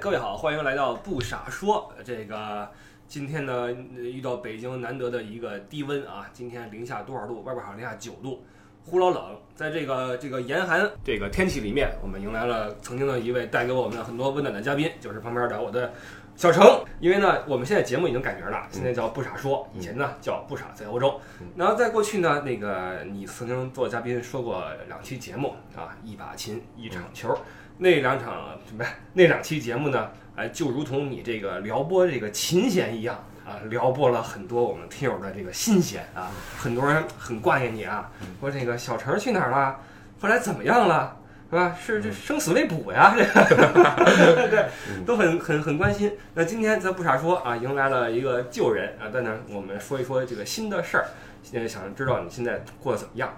各位好，欢迎来到不傻说。这个今天呢，遇到北京难得的一个低温啊，今天零下多少度？外边好像零下九度，忽老冷。在这个这个严寒这个天气里面，我们迎来了曾经的一位带给我们很多温暖的嘉宾，就是旁边的我的小程。因为呢，我们现在节目已经改名了，现在叫不傻说，以前呢叫不傻在欧洲。然后在过去呢，那个你曾经做嘉宾说过两期节目啊，一把琴一场球。那两场什么呀？那两期节目呢？哎，就如同你这个撩拨这个琴弦一样啊，撩拨了很多我们听友的这个心弦啊。很多人很挂念你啊，说这个小程去哪儿了？后来怎么样了？是吧？是这生死未卜呀，这 个对，都很很很关心。那今天咱不傻说啊，迎来了一个旧人啊，但呢，我们说一说这个新的事儿。现在想知道你现在过得怎么样？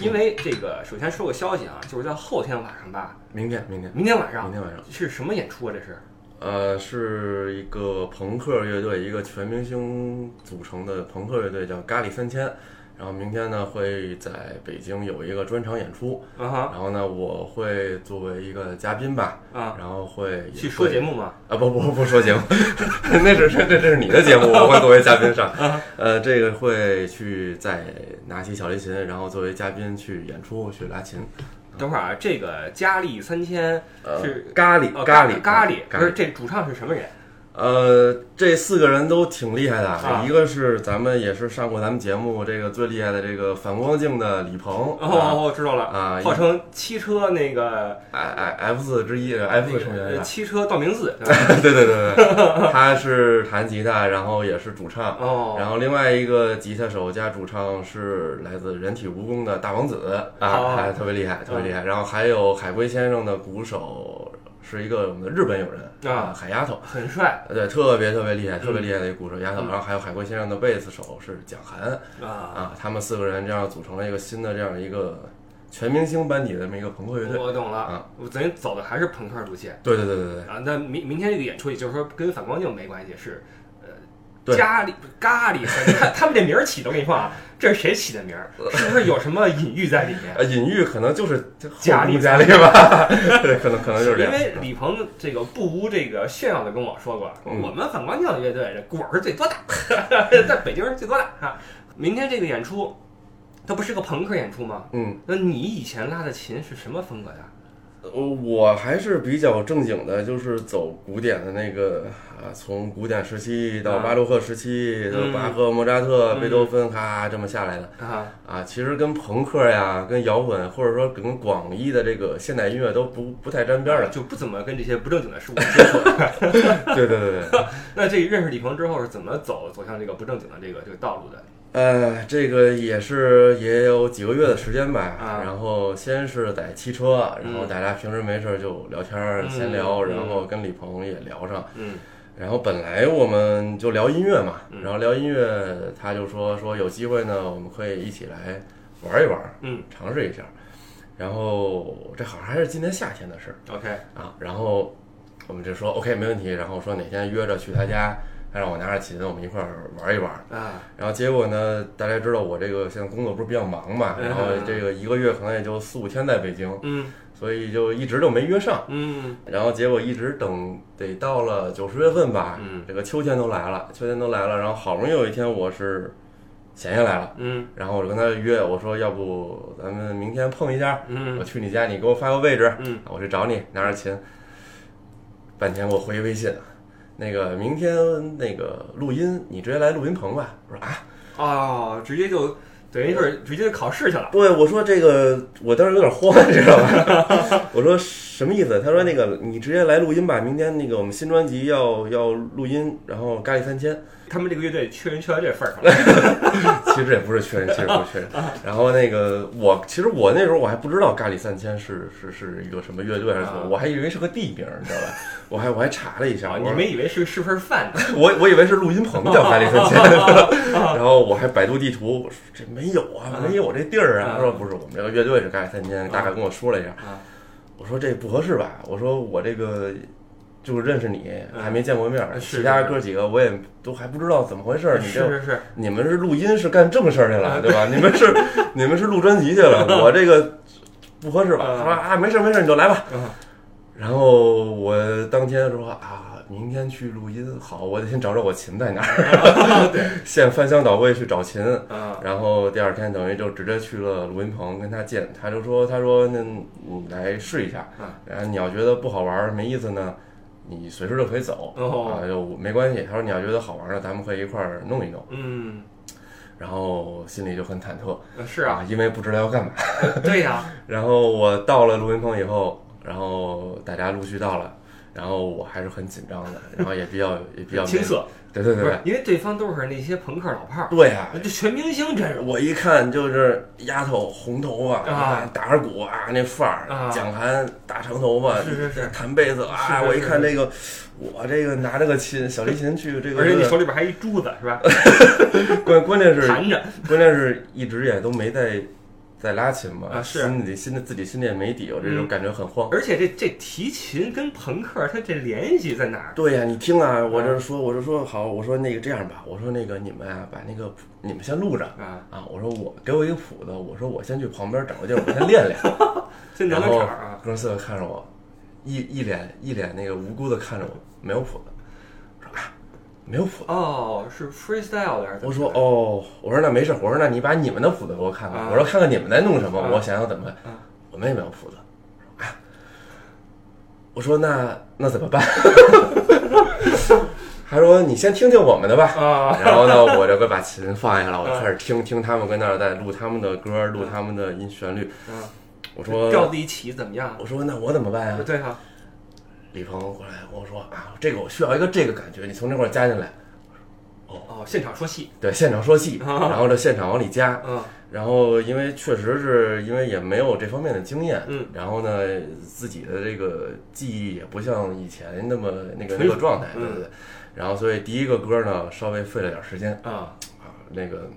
因为这个，首先说个消息啊，就是在后天晚上吧，明天，明天，明天晚上明，天晚上，是什么演出啊？这是呃，是一个朋克乐队，一个全明星组成的朋克乐队，叫咖喱三千。然后明天呢，会在北京有一个专场演出。啊哈然后呢，我会作为一个嘉宾吧，啊，然后会去说节目目嘛？啊，不不不说节目， 那是这这这是你的节目，我会作为嘉 宾上。啊呃，这个会去再拿起小提琴，然后作为嘉宾去演出去拉琴。等会儿啊，这个佳丽三千呃是，咖喱哦咖喱咖喱，咖不喱是。这主唱是什么人？呃，这四个人都挺厉害的，啊一个是咱们也是上过咱们节目这个最厉害的这个反光镜的李鹏，啊哦，我知道了，啊，号称七车那个 F 啊哎 F 四之一，F 那个四成员呃的，七车道 明寺，对吧 对对对对，他是弹吉他，然后也是主唱，哦，然后另外一个吉他手加主唱是来自人体蜈蚣的大王子哦啊，他特别厉害，特别厉害，然后还有海龟先生的鼓手是一个我们的日本友人啊海丫头。很帅对，特别特别厉害，特别厉害的一个鼓手丫头，然后还有海龟先生的贝斯手是蒋涵啊！啊，他们四个人这样组成了一个新的这样一个全明星班底的这么一个朋克乐队。我懂了啊，我咱走的还是朋克路线对对对对对啊。那明明天这个演出，也就是说跟反光镜没关系，是对咖喱咖喱三千，看他们这名儿起的，我跟你说啊，这是谁起的名 儿？是不是有什么隐喻在里面？呃，隐喻可能就是家里家里 吧，对，可能可能就是这因样。为李鹏这个不无这个炫耀的跟我说过，嗯我们反光镜乐队这果儿是最多大， 在北京是最多大哈。明天这个演出，它不是个朋克演出吗？嗯，那你以前拉的琴是什么风格的？我呃我还是比较正经的，就是走古典的那个啊，从古典时期到啊巴洛克时期，到嗯巴赫、莫扎特、嗯贝多芬，咔这么下来的。啊，啊，其实跟朋克呀、跟摇滚，或者说跟广义的这个现代音乐都不不太沾 边儿了。就不怎么跟这些不正经的事物接触。对对对对， 那这认识李鹏之后是怎么走走向这个不正经的这个这个道路的？ 呃，这个也是也有几个月的时间吧。啊然后先是在汽车，然后嗯大家平时没事儿就聊天儿、嗯闲聊，嗯然后跟李鹏也聊上。嗯然后本来我们就聊音乐嘛，嗯然后聊音乐，他就说说有机会呢，我们可以一起来玩一玩，嗯尝试一下。然后这好像还是今年夏天的事儿。 ，OK，啊，然后我们就说 OK 没问题，然后说哪天约着去他家，他让我拿着琴，我们一块儿玩一玩。啊，然后结果呢，大家知道我这个现在工作不是比较忙嘛，嗯然后这个一个月可能也就四五天在北京，嗯所以就一直就没约上。嗯然后结果一直等得到了九十月份吧，嗯这个秋天都来了，秋天都来了，然后好不容易有一天我是闲下来了，嗯然后我就跟他约，我说要不咱们明天碰一下，我嗯去你家，你给我发个位置，啊嗯，我去找你，拿着琴。半天给我回微信，那个明天那个录音，你直接来录音棚吧。我说啊，哦，直接就等于是直接考试去了。对，我说这个，我当时有点慌， 你知道吧？ 我说什么意思？他说那个你直接来录音吧，明天那个我们新专辑要要录音，然后咖喱三千。他们这个乐队缺人缺到这份儿上， 其实也不是 缺人，其实不是缺人。然后那个我，其实我那时候我还不知道咖喱三千是是是一个什么乐队还是什么，我还以为是个地名，你知道吧？我还我还查了一下，啊我你说们以为是是份儿饭呢？我我以为是录音棚叫咖 喱三千， 然后我还百度地图，我说这没有啊，没有这地儿啊。啊他说不是，我们这个乐队是咖喱三千，大概跟我说了一下嗯啊。我说这不合适吧？我说我这个就是认识你，嗯还没见过面儿，是其他是哥几个我也都还不知道怎么回事儿。你这是是 是，你们是录音是干正事儿去啊了，对吧？你们是 你们是录专辑去了，我这个不合适吧？啊 他说啊，没事儿没事儿，你就来吧。嗯然后我当天说啊，明天去录音，好，我得先找找我琴在哪儿， 对，现翻箱倒柜去找琴，啊，然后第二天等于就直接去了录音棚跟他见，他就说他说那你来试一下嗯，然后你要觉得不好玩儿没意思呢，你随时都可以走哦啊，就没关系。他说你要觉得好玩儿呢，咱们可以一块儿弄一弄。嗯，然后心里就很忐忑，呃是啊，，因为不知道要干嘛。嗯对呀、然后我到了录音棚以后，然后大家陆续到了，然后我还是很紧张的，然后也比较 也 比较青涩，对对不对对是，因为对方都是那些朋克老炮儿，对呀、这全明星阵容，我一看就是丫头红头发啊，打着鼓啊那范啊儿，蒋涵大长头发，是是是弹贝斯是是啊，是我一看这个，我这个拿着个琴小提琴去这个，而且你手里边还一珠子是吧？关关键是盘着，关键是一直也都没在在拉琴嘛，啊是心里心里自己心里也没底，我这种嗯感觉很慌。而且这这提琴跟朋克它这联系在哪儿？对呀、你听啊，嗯我这说，我就说好，我说那个这样吧，我说那个你们啊，把那个谱你们先录着啊，啊，我说我给我一个谱子，我说我先去旁边找个地儿，我先练练。这 聊然聊后场儿啊，哥四个看着我，一一脸一脸那个无辜的看着我，没有谱子，我说啊，没有谱子。哦，是 freestyle 的还是怎我么说着，哦，我说那没事，我说那你把你们的谱子给我看看，啊我说看看你们在弄什么，啊我想想怎么办。啊我们也没有谱子，我说啊，我说那那怎么办？ 他说你先听听我们的吧。啊，然后呢，我就把琴放下了，我开始听听他们跟那儿在录他们的歌，录他们的音旋律。嗯，我说啊调子一起怎么样？我说那我怎么办呀？对哈，李鹏过来跟我说啊，这个我需要一个这个感觉，你从这块儿加进来。哦，现场说戏，对，现场说戏，啊然后就现场往里加。嗯然后因为确实是因为也没有这方面的经验，嗯，然后呢自己的这个记忆也不像以前那么那个纯那熟个状态，对嗯对对。然后所以第一个歌呢稍微费了点时间啊，啊，那个。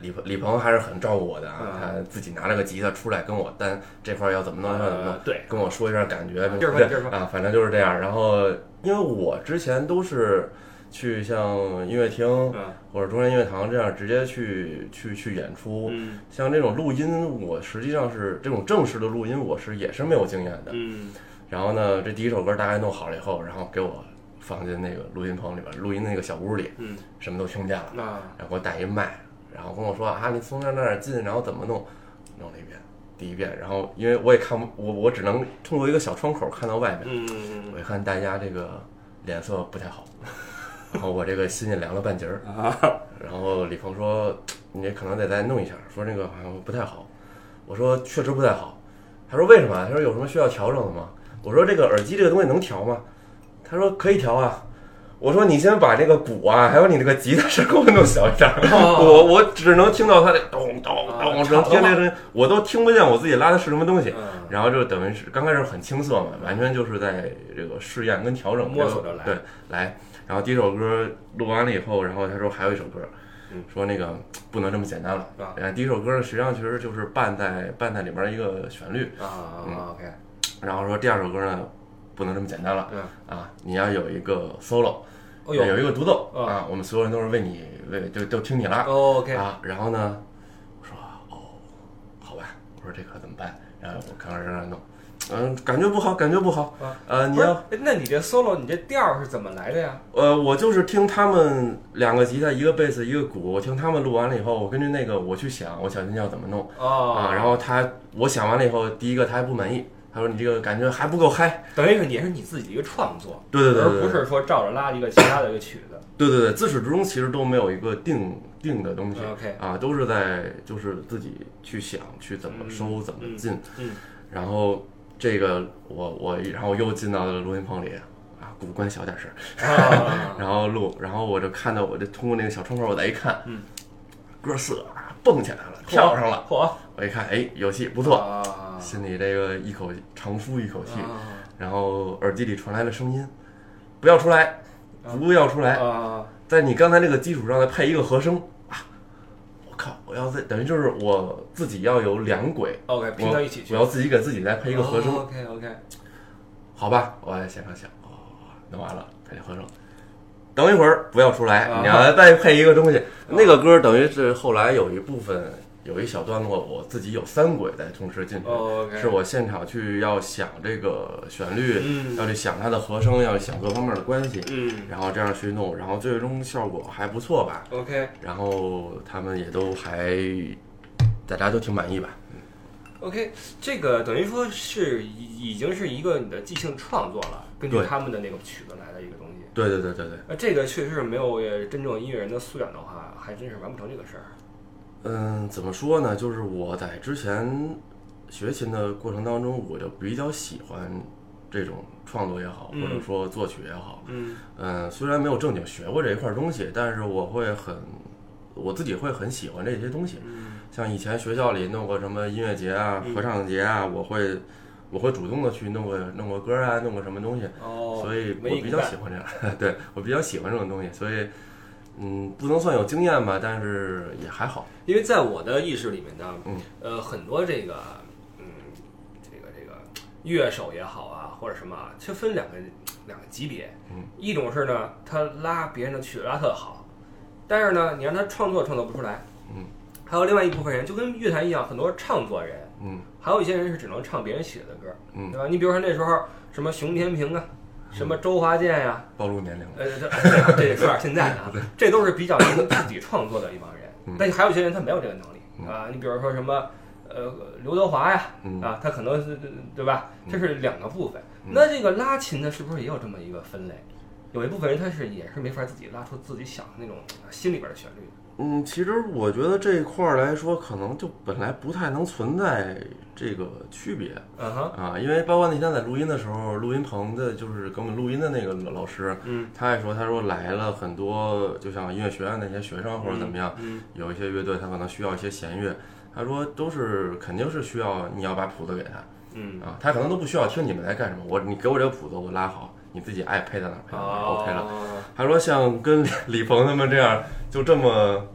李鹏李鹏还是很照顾我的啊啊，他自己拿了个吉他出来跟我单这块儿要怎么弄，要怎么弄呃，对，跟我说一下感觉，劲儿吧对劲儿吧啊，反正就是这样。然后因为我之前都是去像音乐厅嗯或者中央音乐堂这样直接去去去演出，嗯像这种录音，我实际上是这种正式的录音，我是也是没有经验的。嗯，然后呢，这第一首歌大概弄好了以后，然后给我放进那个录音棚里边，录音那个小屋里，嗯，什么都听见了，那然后给我带一麦，然后跟我说啊，你从那儿那儿进，然后怎么弄，弄了一遍。第一遍，然后因为我也看不，我我只能通过一个小窗口看到外面，嗯我一看大家这个脸色不太好， 然后我这个心也凉了半截儿。啊，然后李鹏说：“你可能得再弄一下。”说那个好像不太好。我说：“确实不太好。”他说：“为什么啊？”他说：“有什么需要调整的吗？”我说：“这个耳机这个东西能调吗？”他说：“可以调啊。”我说：“你先把这个鼓啊，还有你这个吉他声给我弄小一点儿。哦我我只能听到他的咚咚啊咚，只能听这个声音，我都听不见我自己拉的是什么东西。嗯然后就等于是刚开始很青涩嘛，完全就是在这个试验跟调整摸索着来对，来。然后第一首歌录完了以后，然后他说还有一首歌，嗯说那个不能这么简单了。啊然后第一首歌呢，实际上其实就是伴在伴在里面一个旋律，啊，OK，然后说第二首歌呢不能这么简单了嗯，啊，你要有一个 solo，哦哎有呦一个独奏啊啊，我们所有人都是为你为就都听你了。哦，OK，啊，然后呢，我说哦，好吧，我说这可怎么办？然后我刚开始让他弄，嗯、感觉不好，感觉不好啊，呃，你不是要，那你这 solo 你这调儿是怎么来的呀？呃，我就是听他们两个吉他，一个贝斯，一个鼓，我听他们录完了以后，我根据那个我去想，我小金要怎么弄哦啊，然后他我想完了以后，第一个他还不满意，他说你这个感觉还不够嗨，等于是也是你自己的一个创作，对对对而对不是说照着拉一个其他的一个曲子。对对对，自始至终其实都没有一个定定的东西哦 OK 啊，都是在就是自己去想去怎么收、嗯怎么嗯进。嗯然后这个我我然后又进到了录音棚里啊，鼓关小点声，啊，然后录，然后我就看到我就通过那个小窗口我再一看，嗯，哥四啊蹦起来了， 跳上了，嚯，我一看哎有戏不不错，啊心里这个一口长舒一口气，啊然后耳机里传来了声音，不要出来，不要出来，啊在你刚才那个基础上再配一个和声啊，我靠，我要在等于就是我自己要有两轨。 ，OK，拼到一起去哦我，我要自己给自己再配一个和声， OK OK，好吧，我在想上想，哦，弄完了，配合上。等一会儿不要出来啊，你要再配一个东西。那个歌等于是后来有一部分有一小段落我自己有三轨在同时进行，哦，OK，是我现场去要想这个旋律，嗯要去想它的和声，要去想各方面的关系，嗯然后这样去弄，然后最终效果还不错吧。 ，OK 然后他们也都还，大家都挺满意吧？ OK，这个等于说是已已经是一个你的即兴创作了，根据对他们的那个曲子来的一个东西。对对对对对，那这个确实是没有呃真正音乐人的素养的话，还真是完不成这个事儿。嗯，怎么说呢？就是我在之前学琴的过程当中，我就比较喜欢这种创作也好，或嗯者说作曲也好。嗯嗯，虽然没有正经学过这一块东西，但是我会很，我自己会很喜欢这些东西。嗯像以前学校里弄过什么音乐节啊、嗯合唱节啊，我会我会主动的去弄个弄个歌啊，弄个什么东西，哦，所以我文艺骨比较干喜欢这样。 对我比较喜欢这种东西，所以嗯，不能算有经验吧，但是也还好。因为在我的意识里面呢，嗯呃，很多这个，嗯，这个这个乐手也好啊，或者什么啊，就分两个两个级别。嗯，一种是呢，他拉别人的曲子拉特好，但是呢，你让他创作创作不出来。嗯，还有另外一部分人，就跟乐坛一样，很多唱作人，嗯还有一些人是只能唱别人写的歌，嗯对，吧？你比如说那时候什么熊天平啊，什么周华健呀、暴露年龄了。呃，这 这也说点现在的啊，这都是比较能自己创作的一帮人嗯，但还有一些人他没有这个能力嗯啊。你比如说什么，呃，刘德华呀，嗯啊，他可能是对吧？这是两个部分。嗯那这个拉琴呢，是不是也有这么一个分类？有一部分人他是也是没法自己拉出自己想的那种心里边的旋律的。嗯，其实我觉得这一块儿来说，可能就本来不太能存在这个区别。嗯哼，啊，因为包括那天在录音的时候，录音棚的就是给我们录音的那个老师，嗯，他也说，他说来了很多，就像音乐学院那些学生或者怎么样，嗯有一些乐队他可能需要一些弦乐，他说都是肯定是需要你要把谱子给他嗯，啊，他可能都不需要听你们在干什么，我你给我这个谱子我拉好，你自己爱配在哪嗯儿配在哪儿、OK 了。了，他说像跟李李鹏他们这样就这么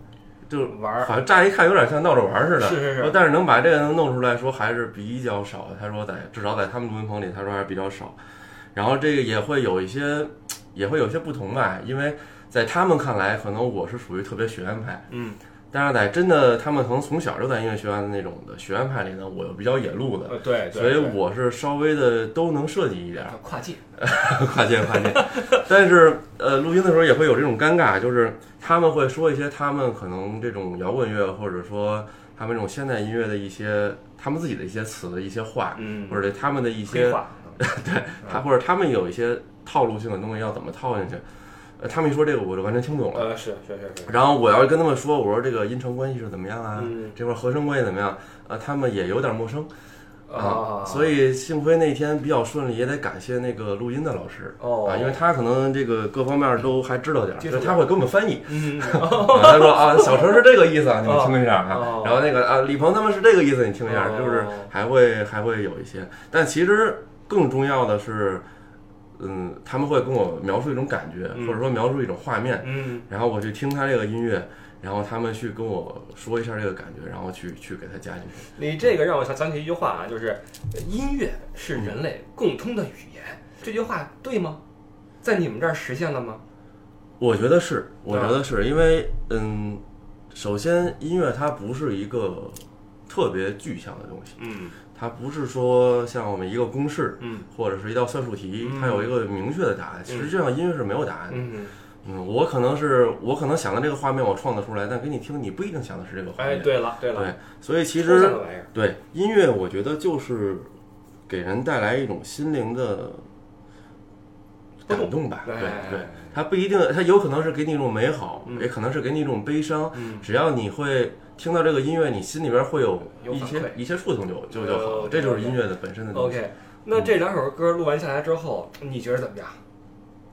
就玩儿好像乍一看有点像闹着玩儿似的，是是是说但是能把这个能弄出来说还是比较少的。他说在至少在他们录音棚里，他说还是比较少。然后这个也会有一些，也会有一些不同吧，因为在他们看来，可能我是属于特别学院派，嗯，但是在真的他们可能从小就在音乐学院的那种的学院派里呢，我又比较野路的，呃对，对所以对我是稍微的都能涉及一点儿。跨界， 跨界跨界，但是呃，录音的时候也会有这种尴尬，就是他们会说一些他们可能这种摇滚乐，或者说他们这种现代音乐的一些他们自己的一些词、一些话，嗯，或者他们的一黑些化，他或者他们有一些套路性的东西要怎么套进去，呃，他们一说这个我就完全听不懂了。呃，是是是是，然后我要跟他们说，我说这个音程关系是怎么样啊，嗯这块和声关系怎么样，呃，他们也有点陌生啊，所以以幸亏那天比较顺利，也得感谢那个录音的老师。哦，啊，因为他可能这个各方面都还知道点儿，接就触是他会给我们 翻译。嗯，啊他说啊，小程是这个意思啊，你们听一下哦啊。然后那个啊，李鹏他们是这个意思，你听一下哦，就是还会还会有一些，但其实更重要的是，嗯，他们会跟我描述一种感觉，嗯或者说描述一种画面，嗯然后我去听他这个音乐。然后他们去跟我说一下这个感觉，然后去去给他加进去。，你这个让我想想起一句话啊，就是呃音乐是人类共通的语言，这句话对吗？在你们这儿实现了吗？我觉得是，我觉得是因为，嗯，首先音乐它不是一个特别具象的东西，嗯它不是说像我们一个公式嗯或者是一道算术题，嗯它有一个明确的答案。实际上音乐是没有答案的。嗯，嗯，我可能是我可能想的这个画面我创作出来，但给你听你不一定想的是这个画哎，面。对了对了，对，所以其抽象实的玩意儿，对音乐，我觉得就是给人带来一种心灵的感动吧。对哎对，它不一定，它有可能是给你一种美好，嗯也可能是给你一种悲伤。嗯只要你会听到这个音乐，你心里边会有有一反些馈一些触动就就有就好了，这就是有音乐的本身的东西。 ，OK。那这两首歌录完下来之后，你觉得怎么样？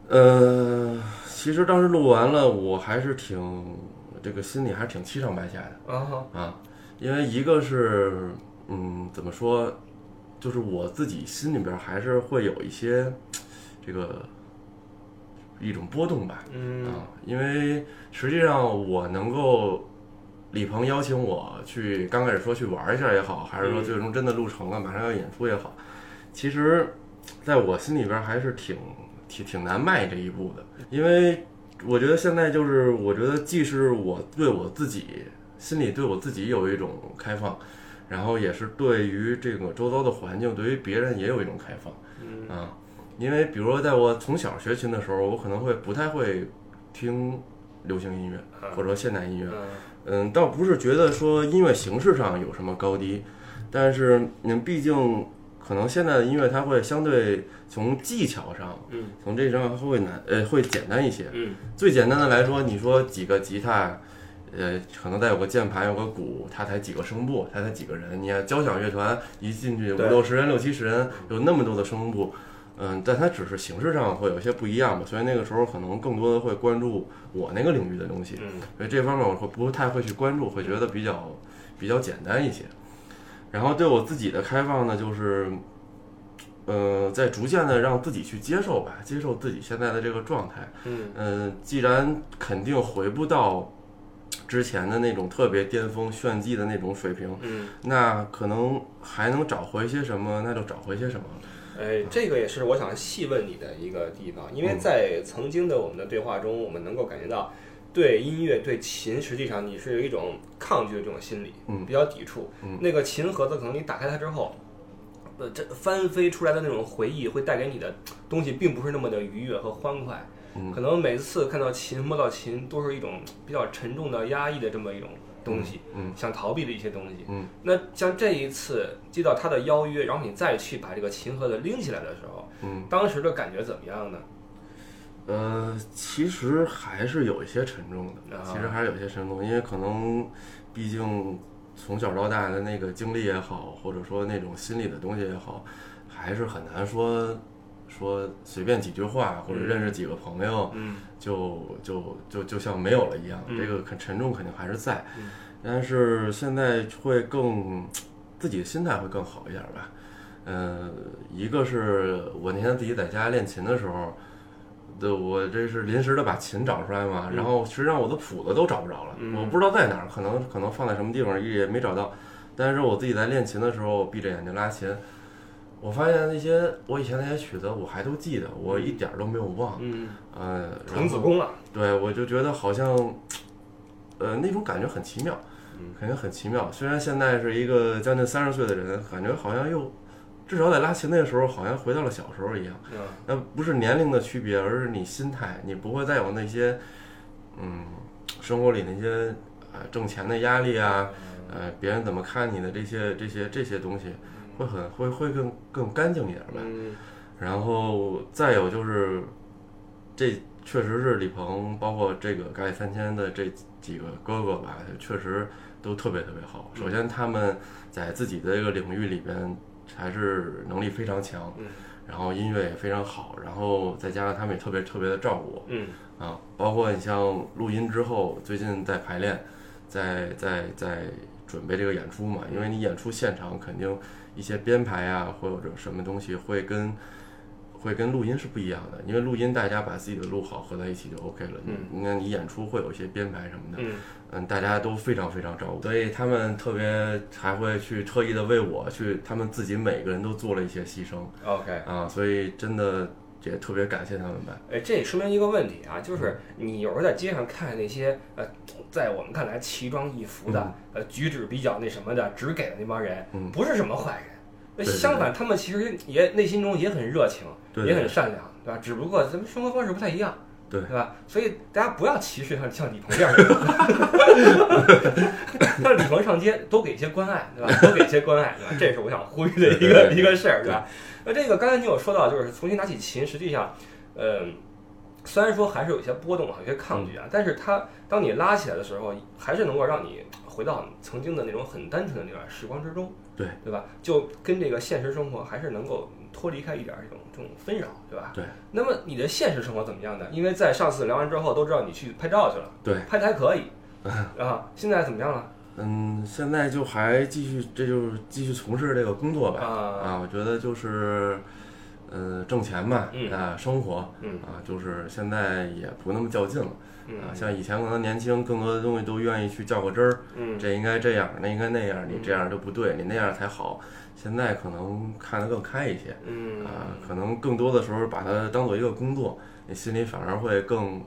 呃，其实当时录完了，我还是挺这个心里还是挺七上八下的啊，啊，因为一个是嗯怎么说，就是我自己心里边还是会有一些这个一种波动吧。嗯啊，因为实际上我能够，李鹏邀请我去，刚开始说去玩一下也好，还是说嗯最终真的录成了，马上要演出也好，其实在我心里边还是挺挺挺难迈这一步嗯的，因为我觉得现在就是，我觉得既是我对我自己心里对我自己有一种开放，然后也是对于这个周遭的环境，对于别人也有一种开放。嗯啊，因为比如说在我从小学琴的时候，我可能会不太会听流行音乐或者说现代音乐，嗯嗯，倒不是觉得说音乐形式上有什么高低，但是嗯，毕竟可能现在的音乐它会相对从技巧上，嗯，从这上会难，呃，会简单一些。嗯最简单的来说，你说几个吉他，呃，可能再有个键盘，有个鼓，它才几个声部，它才几个人。你看交响乐团一进去五对六十人、六七十人，有那么多的声部，嗯，但它只是形式上会有些不一样吧。所以那个时候可能更多的会关注我那个领域的东西，嗯所以这方面我会不太会去关注，会觉得比较比较简单一些。然后对我自己的开放呢，就是，呃，在逐渐的让自己去接受吧，接受自己现在的这个状态。嗯嗯，既然肯定回不到之前的那种特别巅峰炫技的那种水平，嗯，那可能还能找回些什么，那就找回些什么了。哎，呃这个也是我想细问你的一个地方，嗯因为在曾经的我们的对话中，我们能够感觉到，对音乐、对琴，实际上你是有一种抗拒的这种心理，嗯比较抵触。嗯那个琴盒子，可能你打开它之后，呃，这翻飞出来的那种回忆，会带给你的东西，并不是那么的愉悦和欢快。嗯可能每次看到琴、摸到琴，都是一种比较沉重的、压抑的这么一种东西，嗯想逃避的一些东西。嗯，那像这一次接到他的邀约，然后你再去把这个琴盒子拎起来的时候，嗯，当时的感觉怎么样呢？呃，其实还是有一些沉重的啊，其实还是有一些沉重，因为可能毕竟从小到大的那个经历也好，或者说那种心理的东西也好，还是很难说说随便几句话或者嗯认识几个朋友。嗯就就就就像没有了一样，嗯这个很沉重肯定还是在，嗯但是现在会更自己的心态会更好一点吧。呃，一个是我那天自己在家练琴的时候，对我这是临时的把琴找出来嘛，嗯然后实际上我的谱子都找不着了，嗯我不知道在哪儿，可能可能放在什么地方也没找到。但是我自己在练琴的时候，闭着眼睛拉琴，我发现那些我以前那些曲子我还都记得，我一点儿都没有忘。嗯呃，然童子后功了，对，我就觉得好像，呃，那种感觉很奇妙，感觉很奇妙。虽然现在是一个将近三十岁的人，感觉好像又，至少在拉琴那个时候，好像回到了小时候一样。嗯，那不是年龄的区别，而是你心态，你不会再有那些，嗯，生活里那些呃挣钱的压力啊，呃，别人怎么看你的这些这些这些东西，会很会会更更干净一点吧。嗯，然后再有就是，这确实是李鹏，包括这个咖喱三千的这几个哥哥吧，确实都特别特别好。首先，他们在自己的这个领域里边还是能力非常强嗯，然后音乐也非常好，然后再加上他们也特别特别的照顾我，嗯啊，包括你像录音之后，最近在排练，在在在准备这个演出嘛，因为你演出现场肯定一些编排啊，或者什么东西会跟会跟录音是不一样的，因为录音大家把自己的录好合在一起就 OK 了，嗯那你演出会有一些编排什么的，嗯嗯，大家都非常非常照顾，所以他们特别还会去特意的为我去，他们自己每个人都做了一些牺牲，OK。啊，所以真的也特别感谢他们吧。哎，这也说明一个问题啊，就是你有时候在街上看那些呃，在我们看来奇装异服的、呃，举止比较那什么的，只给的那帮人，嗯不是什么坏人。那对对相反，他们其实也内心中也很热情，对也对很善良，对吧？只不过咱们生活方式不太一样，对对吧？所以大家不要歧视像像李鹏这样的人。 但是李鹏上街多给一些关爱，对 吧？多给一些关爱，对吧？这是我想呼吁的一对个对对一个事儿，对吧？那这个刚才你有说到，就是重新拿起琴，实际上，嗯，虽然说还是有一些波动，有些抗嗯拒啊，但是它当你拉起来的时候，还是能够让你回到曾经的那种很单纯的那段时光之中，对对吧？就跟这个现实生活还是能够脱离开一点儿这种这种纷扰，对吧？对。那么你的现实生活怎么样呢？因为在上次聊完之后，都知道你去拍照去了，对，拍的还可 以，啊，现在怎么样了？嗯，现在就还继续，这就是继续从事这个工作吧。啊，啊，我觉得就是，呃，挣钱吧，嗯啊，生活，嗯啊，就是现在也不那么较劲了。嗯啊，像以前可能年轻，更多的东西都愿意去较个真儿，嗯这应该这样，那应该那样，你嗯这样就不对，你那样才好。现在可能看得更开一些，啊嗯啊，可能更多的时候把它当做一个工作，你心里反而会更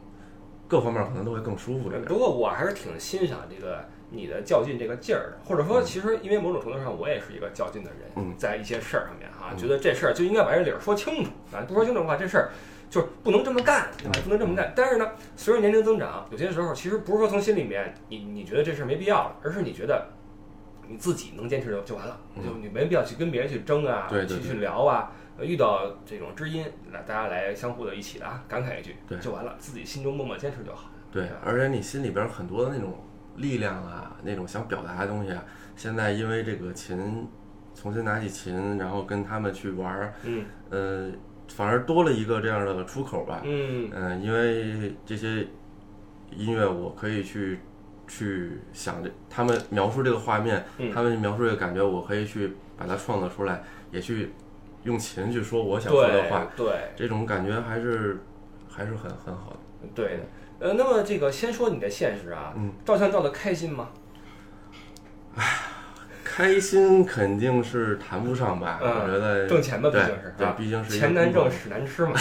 各方面可能都会更舒服一点。不过我还是挺欣赏这个你的较劲这个劲儿的，或者说，其实因为某种程度上，我也是一个较劲的人，嗯在一些事儿上面哈、嗯觉得这事儿就应该把这理儿说清楚啊，不说清楚的话，这事儿就是不能这么干，对吧？嗯不能这么干。但是呢，随着年龄增长，有些时候其实不是说从心里面你你觉得这事儿没必要了，而是你觉得你自己能坚持就就完了，嗯就你没必要去跟别人去争啊，对对去对去聊啊。呃遇到这种知音，来大家来相互的一起啊，感慨一句对就完了，自己心中默默坚持就好了。对，而且你心里边很多的那种力量啊，那种想表达的东西啊，现在因为这个琴，重新拿起琴，然后跟他们去玩儿，嗯呃，反而多了一个这样的出口吧。嗯，嗯、因为这些音乐，我可以去去想着他们描述这个画面，嗯他们描述这个感觉，我可以去把它创造出来，也去用琴去说我想说的话对，对，这种感觉还是还是很很好的。对的，呃，那么这个先说你的现实啊，嗯照相照的开心吗？开心肯定是谈不上吧，嗯我觉得挣钱吧，毕呃对竟是对啊，毕竟是一个钱难工挣，作屎难 吃嘛。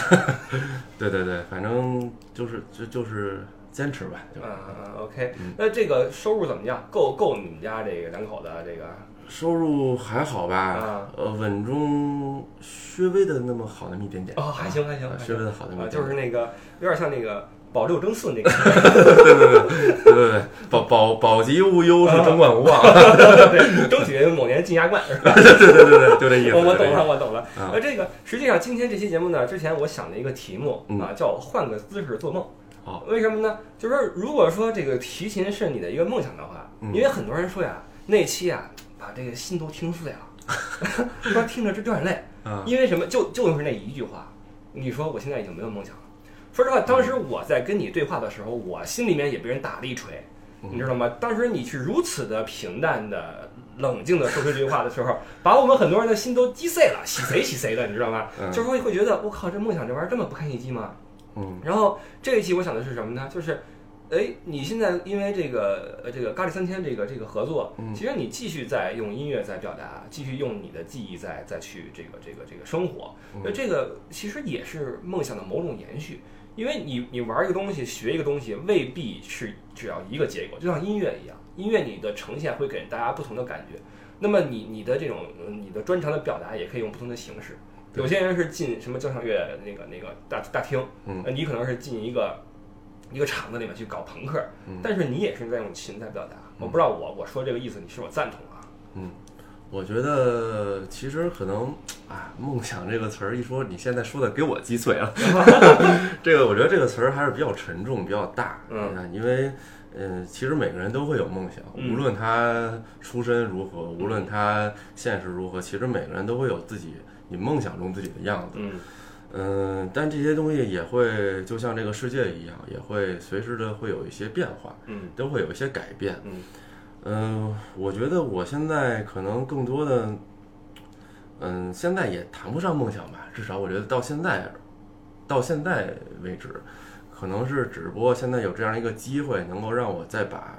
对对对，反正就是就就是坚持吧，就嗯嗯，OK，嗯那这个收入怎么样？够够你们家这个两口子这个收入还好吧啊，呃，稳中稍微的那么好那么一点点哦，还行还行，啊还稍行微的好那么啊，一点点，就是那个有点像那个保六争四那个， 对对对，保保保级无忧是争冠无望，对，争取某年进亚 冠。是吧对对对对，就这意思。我我懂就了，我懂了。啊呃，这个实际上今天这期节目呢，之前我想了一个题目嗯啊，叫“换个姿势做梦”。哦，为什么呢？就是说，如果说这个提琴是你的一个梦想的话，嗯因为很多人说呀，那期啊把这个心都听碎了， 说听着直掉眼泪，这个啊，因为什么？就就是那一句话，你说我现在已经没有梦想了。说实话，当嗯时我在跟你对话的时候，我心里面也被人打了一锤，嗯你知道吗？当时你去如此的平淡的、冷静的说出这句话的时候， 把我们很多人的心都击碎了，洗谁洗谁的，你知道吗？嗯就是会会觉得，我靠，这梦想这玩意儿这么不堪一击吗？嗯然后这一期我想的是什么呢？就是，哎，你现在因为这个呃这个咖喱三千这个这个合作，嗯其实你继续在用音乐在表达，继续用你的记忆在再去这个这个这个生活，那、嗯这个其实也是梦想的某种延续。因为你你玩一个东西，学一个东西，未必是只要一个结果，就像音乐一样，音乐你的呈现会给大家不同的感觉。那么你你的这种呃你的专长的表达也可以用不同的形式。对有些人是进什么交响乐那个那个大大厅，嗯呃，你可能是进一个一个场子里面去搞朋克，嗯但是你也是在用琴在表达。我不知道我我说这个意思你是否赞同啊？嗯，我觉得其实可能啊，梦想这个词儿一说，你现在说的给我击碎 了。这个我觉得这个词儿还是比较沉重、比较大。嗯你看，因为嗯、呃其实每个人都会有梦想，嗯无论他出身如何，无论他现实如何，其实每个人都会有自己你梦想中自己的样子。嗯嗯，但这些东西也会就像这个世界一样，也会随时的会有一些变化，嗯都会有一些改变。嗯嗯、我觉得我现在可能更多的，嗯，现在也谈不上梦想吧，至少我觉得到现在，到现在为止，可能是只不过现在有这样一个机会，能够让我再把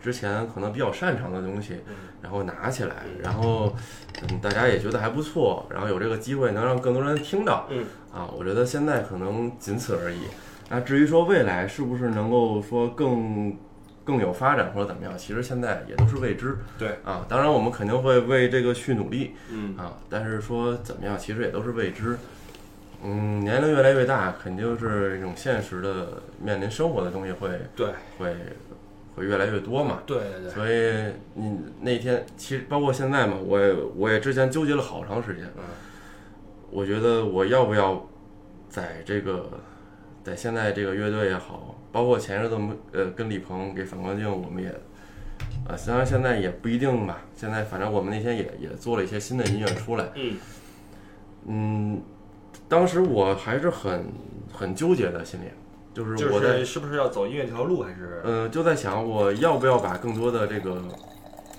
之前可能比较擅长的东西，然后拿起来，然后嗯，大家也觉得还不错，然后有这个机会能让更多人听到。嗯啊，我觉得现在可能仅此而已。那至于说未来是不是能够说更更有发展或者怎么样，其实现在也都是未知。对啊，当然我们肯定会为这个去努力嗯啊，但是说怎么样，其实也都是未知。嗯，年龄越来越大，肯定是一种现实的面临生活的东西会对会会越来越多嘛。对对对，所以你那天其实包括现在嘛，我也我也之前纠结了好长时间。嗯我觉得我要不要在这个在现在这个乐队也好，包括前日子我们呃跟李鹏给反光镜，我们也呃虽然现在也不一定吧，现在反正我们那天也也做了一些新的音乐出来，嗯。嗯，当时我还是很很纠结的心里，就是就我在是是不是要走音乐这条路，还是呃，就在想我要不要把更多的这个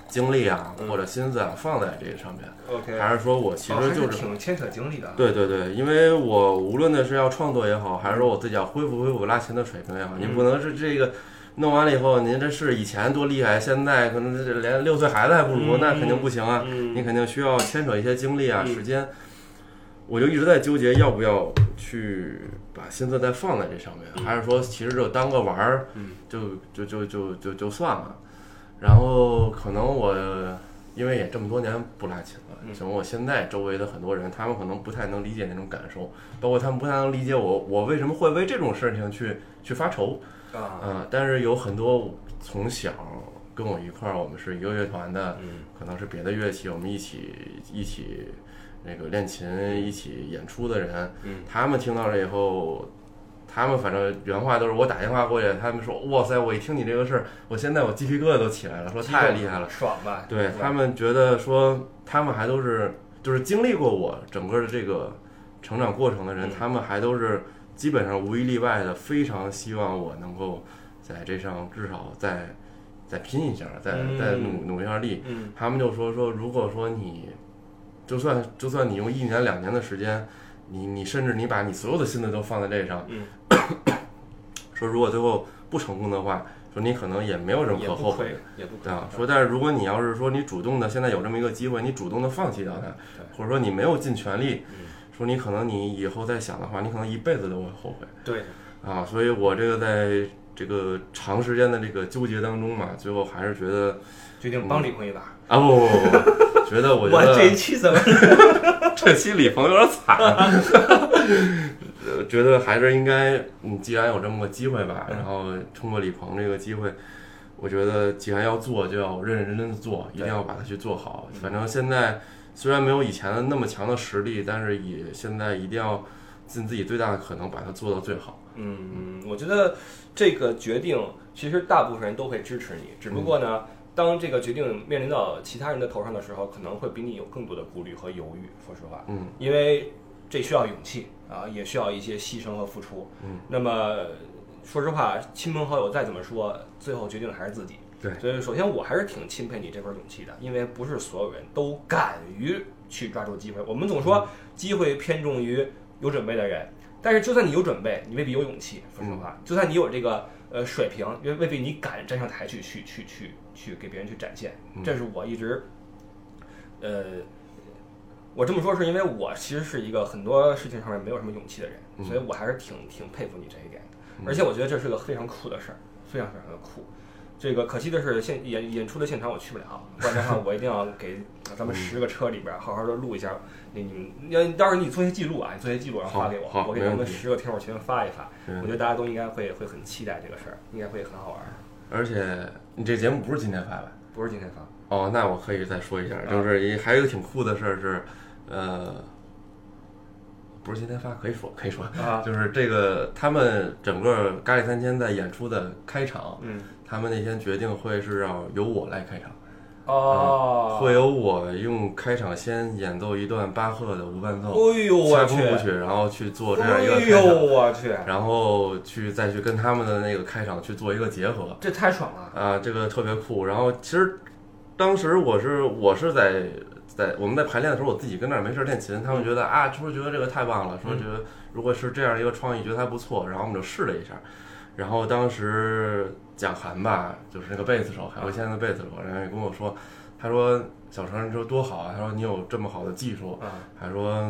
精力啊，嗯或者心思啊放在这个上面， OK？还是说我其哦实还就是挺牵扯经历的。对对对，因为我无论的是要创作也好，还是说我自己要恢复恢复拉琴的水平也好，你嗯不能是这个弄完了以后，您这是以前多厉害，现在可能是连六岁孩子还不如，嗯那肯定不行啊。嗯，你肯定需要牵扯一些精力啊、嗯时间。我就一直在纠结要不要去把把心思再放在这上嗯面，还是说其实就当个玩儿，就就就就就就算了。然后可能我因为也这么多年不拉琴嗯了，可能我现在周围的很多人，他们可能不太能理解那种感受，包括他们不太能理解我我为什么会为这种事情去去发愁。啊，啊，但是有很多从小跟我一块儿，我们是一个乐团的，嗯可能是别的乐器，我们一起一起那个练琴，一起演出的人，嗯他们听到了以后，他们反正原话都是我打电话过去，他们说哇塞，我一听你这个事儿，我现在我鸡皮疙瘩都起来了，说太厉害了，爽吧？对他们觉得说他们还都是就是经历过我整个的这个成长过程的人，他们还都是基本上无一例外的非常希望我能够在这上至少再再拼一下，再再努努一下力。嗯他们就说说，如果说你就算就算你用一年两年的时间，你你甚至你把你所有的心思都放在这上，嗯说如果最后不成功的话，说你可能也没有什么也可不后悔的亏。，也不亏对啊，说但是如果你要是说你主动的，现在有这么一个机会，你主动的放弃掉它对，或者说你没有尽全力，嗯说你可能你以后再想的话，你可能一辈子都会后悔对，啊。所以我这个在这个长时间的这个纠结当中嘛，最后还是觉得决定帮李坤一把。啊不不不不不，觉得我觉哇， 这一得期怎么？ 这期李鹏有点惨，呃 觉得还是应该，嗯，既然有这么个机会吧，然后通过李鹏这个机会。我觉得既然要做，就要认认真真的做，一定要把它去做好。反正现在虽然没有以前的那么强的实力，但是也现在一定要尽自己最大的可能把它做到最好。嗯，我觉得这个决定其实大部分人都会支持你，只不过呢，当这个决定面临到其他人的头上的时候，可能会比你有更多的顾虑和犹豫。说实话，嗯，因为这需要勇气啊，也需要一些牺牲和付出。嗯，那么说实话，亲朋好友再怎么说，最后决定的还是自己。对所以首先我还是挺钦佩你这份勇气的，因为不是所有人都敢于去抓住机会。我们总说机会偏重于有准备的人，但是就算你有准备，你未必有勇气。说实话，就算你有这个呃水平，也未必你敢站上台去去去去去给别人去展现。这是我一直呃我这么说是因为我其实是一个很多事情上面没有什么勇气的人，嗯所以我还是挺挺佩服你这一点的。而且我觉得这是个非常酷的事儿，非常非常的酷。这个可惜的是现演演出的现场我去不了，不然的话我一定要给咱嗯们十个车里边好好的录一下。你你你要到时候你做些记录啊，你做些记录，然后好发给我，好我给没咱们问题十个听友群发一发。没问我觉得大家都应该会会很期待这个事儿，应该会很好玩儿。而且你这节目不是今天发啊吧？不是今天发， 哦，那我可以再说一下，就是一还有一个挺酷的事儿是，呃，不是今天发，可以说可以说，啊就是这个他们整个咖喱三千在演出的开场，嗯，他们那天决定会是要由我来开场，哦，会由我用开场先演奏一段巴赫的无伴奏哎呦我夏普去，舞曲，然后去做这样哎一个开呦场，我去，然后去再去跟他们的那个开场去做一个结合，这太爽了。啊，这个特别酷。然后其实当时我是我是在在我们在排练的时候，我自己跟那儿没事儿练琴，他嗯们觉得啊，是不是觉得这个太棒了？说觉得如果是这样一个创意，觉得还不错。然后我们就试了一下，然后当时蒋涵吧，就是那个贝斯手，海龟先的贝斯手，然后也跟我说，他说小程，你说多好啊，他说你有这么好的技术，啊还说。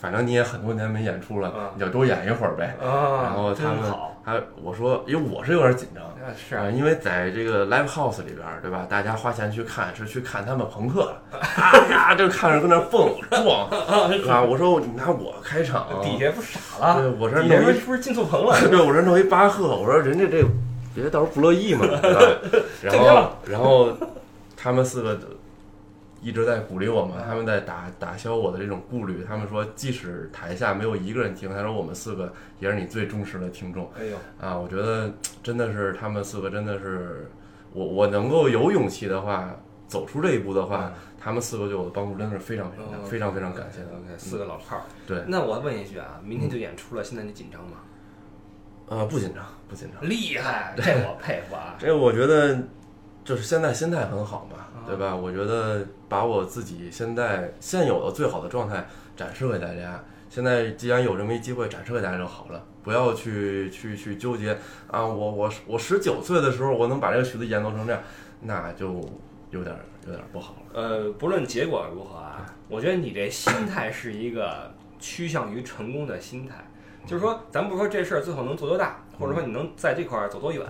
反正你也很多年没演出了，啊你就多演一会儿呗。啊，然后他真们好，，他我说，因为我是有点紧张，啊是啊，啊，因为在这个 live house 里边儿，对吧？大家花钱去看是去看他们朋克的，啊呀，就看着跟那儿 蹦撞，对吧？我说你拿我开场，啊啊底下不傻了，哦对我这儿底下弄说一是不是进错棚了？ 对，我这弄一巴赫，我说人家这别到时候不乐意嘛，对 吧？然这后个然后他们四个一直在鼓励我们，他们在打打消我的这种顾虑。他们说，即使台下没有一个人听，他说我们四个也是你最忠实的听众。 哎呦，啊，我觉得真的是他们四个真的是，我我能够有勇气的话，走出这一步的嗯话，他们四个对我的帮助真的是非常非常大、哦非常非常感谢的。 OK，四个老炮儿。对，嗯那我问一句啊，明天就演出了，现在你紧张吗？呃，不紧张，不紧张，厉害，这我佩服啊！这个我觉得就是现在心态很好嘛，对吧？我觉得把我自己现在现有的最好的状态展示给大家。现在既然有这么一机会展示给大家就好了，不要去去去纠结啊！我我我十九岁的时候我能把这个曲子演奏成这样，那就有点有点不好了。呃，不论结果如何啊，我觉得你这心态是一个趋向于成功的心态。就是说，咱不说这事儿最后能做多大，或者说你能在这块儿走多远，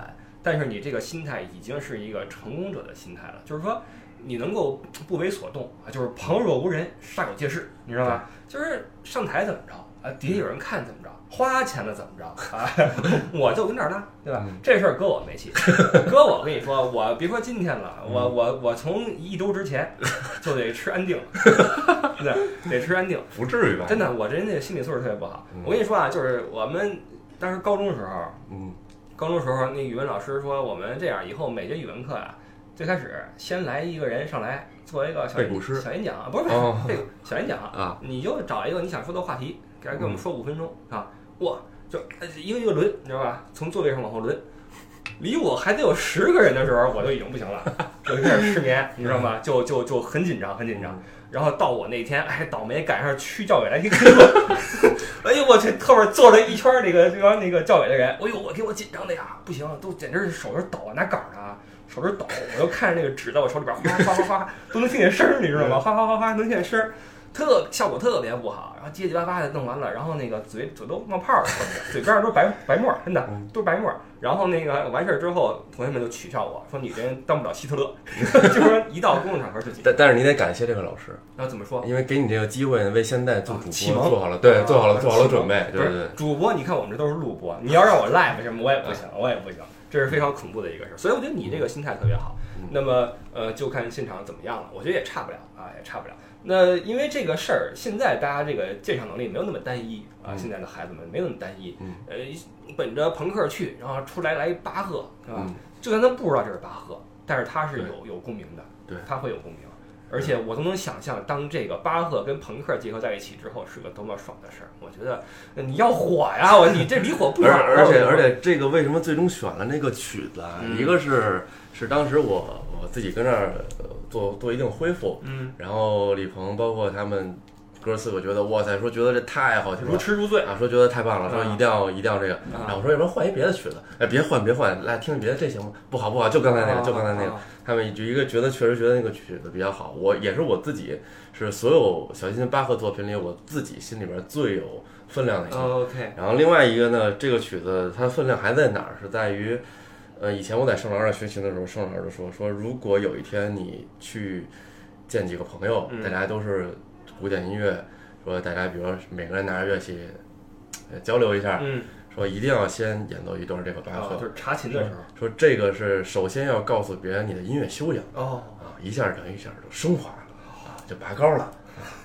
但是你这个心态已经是一个成功者的心态了，就是说你能够不为所动啊，就是旁若无人，煞有介事，你知道吧？就是上台怎么着啊，底下有人看怎么着，花钱了怎么着啊，我就跟这儿拉，对吧嗯？这事儿搁我没戏， 搁我跟你说，我别说今天了，我嗯我我从一周之 前就得吃安定，对，得吃安定。不至于吧？真，的，我这人这心理素质特别不好嗯。我跟你说啊，就是我们当时高中时候，嗯，高中时候那语文老师说，我们这样以后每节语文课啊，最开始先来一个人上来做一个小背古诗小演讲，啊不是不是哦背古小演讲，啊，你就找一个你想说的话题，给他给我们说五分钟啊，哇，就呃一个一个轮，你知道吧？从座位上往后轮。离我还得有十个人的时候，我就已经不行了， 就开始失眠，你知道吗？就就就很紧张，很紧张。然后到我那天，哎，倒霉赶上区教委来听课， 哎呦我去，后边坐了一圈儿那个这帮那个教委的人，哎呦我给我紧张的呀，不行，都简直是手指抖啊，拿杆儿呢，手指抖，我就看着那个纸在我手里边哗哗哗哗哗，都能听见声儿，你知道吗？哗哗哗哗能听见声儿，特效果特别不好，然后结结巴巴的弄完了，然后那个嘴嘴都冒泡了，嘴边上都是白白沫儿，真的嗯都是白沫儿。然后那个完事儿之后，同学们就取笑我说你这人当不了希特勒， 就是说一到公共场合就紧张。但但是你得感谢这个老师，然后怎么说？因为给你这个机会，为现在做啊主播启蒙做好了，对，啊做好了做好了启蒙准备，对不对是对，主播，你看我们这都是录播，你要让我 live 什么，我也不行，我也不行，这是非常恐怖的一个事儿。所以我觉得你这个心态特别好嗯。那么呃，就看现场怎么样了，我觉得也差不了啊，也差不了。那因为这个事儿，现在大家这个鉴赏能力没有那么单一啊，嗯现在的孩子们没有那么单一嗯。呃，本着朋克去，然后出来来一巴赫，是吧嗯？就算他不知道这是巴赫，但是他是有有共鸣的，对他会有共鸣。而且我都能想象，当这个巴赫跟朋克结合在一起之后，是个多么爽的事儿。我觉得呃你要火呀，我你这离火不而远啊。而且而且，且这个为什么最终选了那个曲子啊？嗯一个是是当时我我自己跟那儿呃做做一定恢复，嗯，然后李鹏包括他们哥四个觉得哇塞，说觉得这太好听如了。痴如醉。啊，说觉得太棒了，说啊一定要、一定要这个，啊然后我说要不然换一别的曲子，哎，别换别换，来听听别的这行吗？不好不好，就刚才那个，就刚才那个，啊，他们就一个觉得确实觉得那个曲子比较好，我也是我自己是所有小提琴巴赫作品里我自己心里边最有分量的一啊个。啊 OK，然后另外一个呢，这个曲子它的分量还在哪儿？是在于，呃，以前我在圣老二学琴的时候，圣老二就说说，如果有一天你去见几个朋友，嗯大家都是古典音乐，说大家比如说每个人拿着乐器呃交流一下，嗯，说一定要先演奏一段这个巴啊，赫，就是查琴的时候。说这个是首先要告诉别人你的音乐修养哦，啊，一下等于一下就升华了啊，就拔高了，啊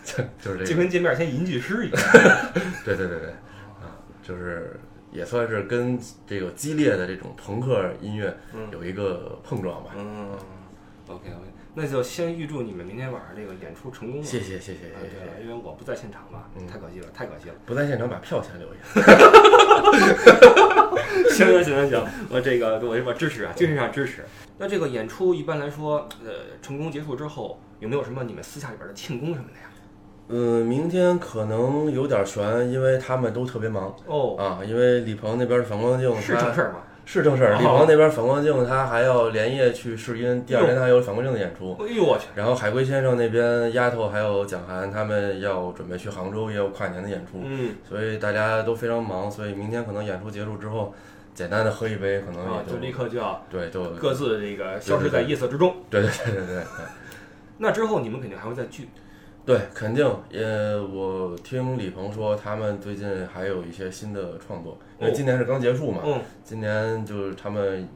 就就是这就个，跟见面先吟句诗一样。对对对对。就是也算是跟这个激烈的这种朋克音乐嗯有一个碰撞吧。嗯，OK OK，那就先预祝你们明天晚上这个演出成功吧。谢谢谢谢谢啊谢对了，谢，因为我不在现场嘛嗯，太可惜了，太可惜了。不在现场把票钱留下。行行行行 行，我这个我我支持啊，精神上支持。那这个演出一般来说，呃，成功结束之后，有没有什么你们私下里边的庆功什么的呀？嗯，明天可能有点悬，因为他们都特别忙哦，啊。因为李鹏那边的反光镜是正他事儿吗？是正事儿，哦李鹏那边反光镜他还要连夜去试音，第二天他还有反光镜的演出。哎呦我去，然后海龟先生那边，丫头还有蒋涵他们要准备去杭州，也有跨年的演出。嗯，所以大家都非常忙，所以明天可能演出结束之后，简单的喝一杯，可能啊也，就立刻就要对，就各自这个消失在夜色之中。对对对对对那之后你们肯定还会再聚。对，肯定。呃，我听李鹏说，他们最近还有一些新的创作，因为今年是刚结束嘛，嗯，今年就是他们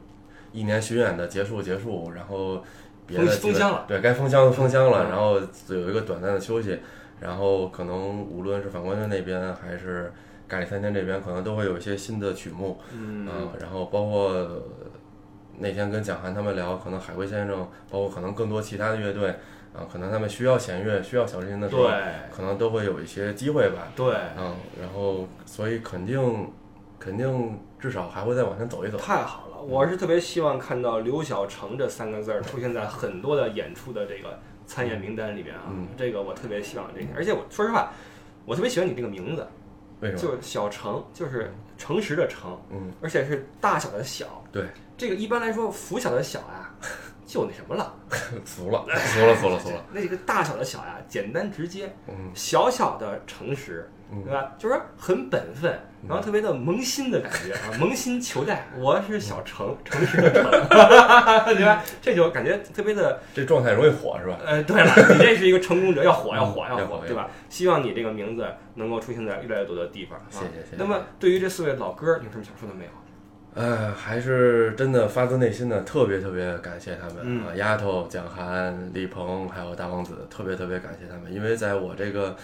一年巡演的结束结束，然后别的封几个封箱了，对该封箱的封箱了，嗯然后有一个短暂的休息，然后可能无论是反光镜那边还是咖喱餐厅这边，可能都会有一些新的曲目。嗯嗯，然后包括呃那天跟蒋涵他们聊，可能海龟先生，包括可能更多其他的乐队，啊，可能他们需要弦乐、需要小提琴的时候，对可能都会有一些机会吧。对，嗯，然后所以肯定肯定至少还会再往前走一走。太好了！我是特别希望看到“刘晓成”这三个字儿出现在很多的演出的这个参演名单里面啊，嗯这个我特别希望这个。而且我说实话，我特别喜欢你这个名字，为什么？就是小成，就是诚实的诚，嗯，而且是大小的小。对，这个一般来说，拂晓的小呀，就那什么了，服了，服了，服了，服了。那个大小的小呀，简单直接，嗯，小小的诚实，嗯对吧？就是很本分，然后特别的萌新的感觉啊，萌新求带。我是小诚，诚实的诚，对吧？这就感觉特别的，这状态容易火是吧？呃，对了，你这是一个成功者，要火，要火，嗯要火火，要对吧？希望你这个名字能够出现在越来越多的地方。啊谢谢谢谢。那么，对于这四位老哥，你有什么想说的没有？呃，还是真的发自内心的特别特别感谢他们、嗯啊，丫头、蒋涵、李鹏还有大王子，特别特别感谢他们，因为在我这个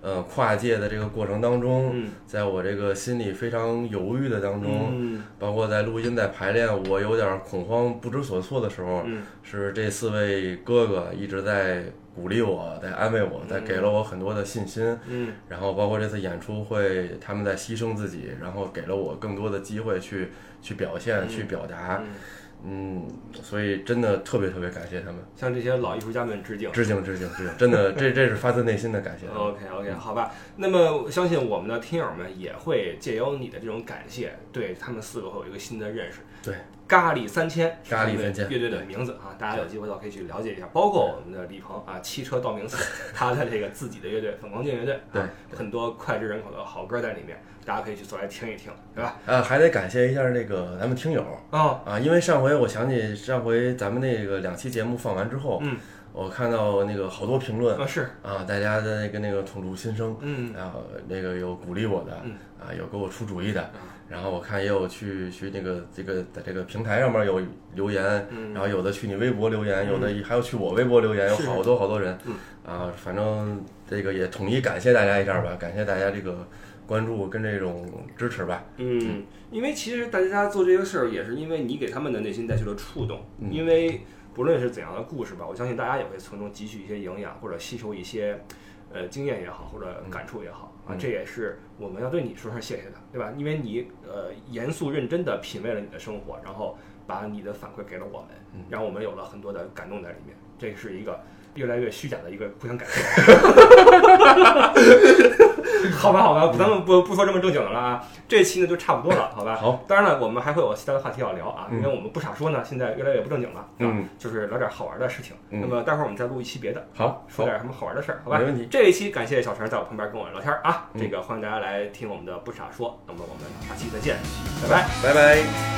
呃跨界的这个过程当中，嗯在我这个心里非常犹豫的当中，嗯包括在录音、在排练，我有点恐慌、不知所措的时候，嗯是这四位哥哥一直在鼓励我，在安慰我，在给了我很多的信心。嗯然后包括这次演出会，他们在牺牲自己，然后给了我更多的机会去去表现、去表达，嗯，嗯，所以真的特别特别感谢他们，向这些老艺术家们致敬。致敬致敬致敬，真的这这是发自内心的感谢他们。 OK OK，好吧。那么我相信我们的听友们也会借由你的这种感谢，对他们四个会有一个新的认识。对，咖喱三千，咖喱三千乐队的名字啊，大家有机会倒可以去了解一下。包括我们的李鹏啊，汽车道明寺，他的这个自己的乐队粉光镜乐队，对啊，很多脍炙人口的好歌在里面，大家可以去走来听一听，对吧？啊，还得感谢一下那个咱们听友哦，啊，因为上回我想起上回咱们那个两期节目放完之后，嗯，我看到那个好多评论啊是，啊，大家的那个那个吐露心声，嗯然后那个有鼓励我的，嗯啊，有给我出主意的，然后我看也有去去那个这个在这个平台上面有留言，嗯然后有的去你微博留言，有的还有去我微博留言，有是好多好多人，嗯啊，反正这个也统一感谢大家一下吧，感谢大家这个关注跟这种支持吧，嗯，因为其实大家做这个事儿，也是因为你给他们的内心带去了触动。嗯因为不论是怎样的故事吧，我相信大家也会从中汲取一些营养，或者吸收一些呃经验也好，或者感触也好啊。嗯这也是我们要对你说声谢谢的，对吧？因为你呃严肃认真的品味了你的生活，然后把你的反馈给了我们嗯，让我们有了很多的感动在里面。这是一个越来越虚假的一个互相感 谢。好吧，好嗯吧，咱们不不说这么正经的了啊，这期呢就差不多了，好吧。好，当然了，我们还会有其他的话题要聊啊，嗯因为我们不傻说呢，现在越来越不正经了，啊嗯，就是聊点好玩的事情。嗯那么待会儿我们再录一期别的，好，说好，点什么好玩的事儿，好吧没？问题，这一期感谢小陈在我旁边跟我聊天儿啊，嗯这个欢迎大家来听我们的不傻说，那么我们下期再见，拜拜。拜拜。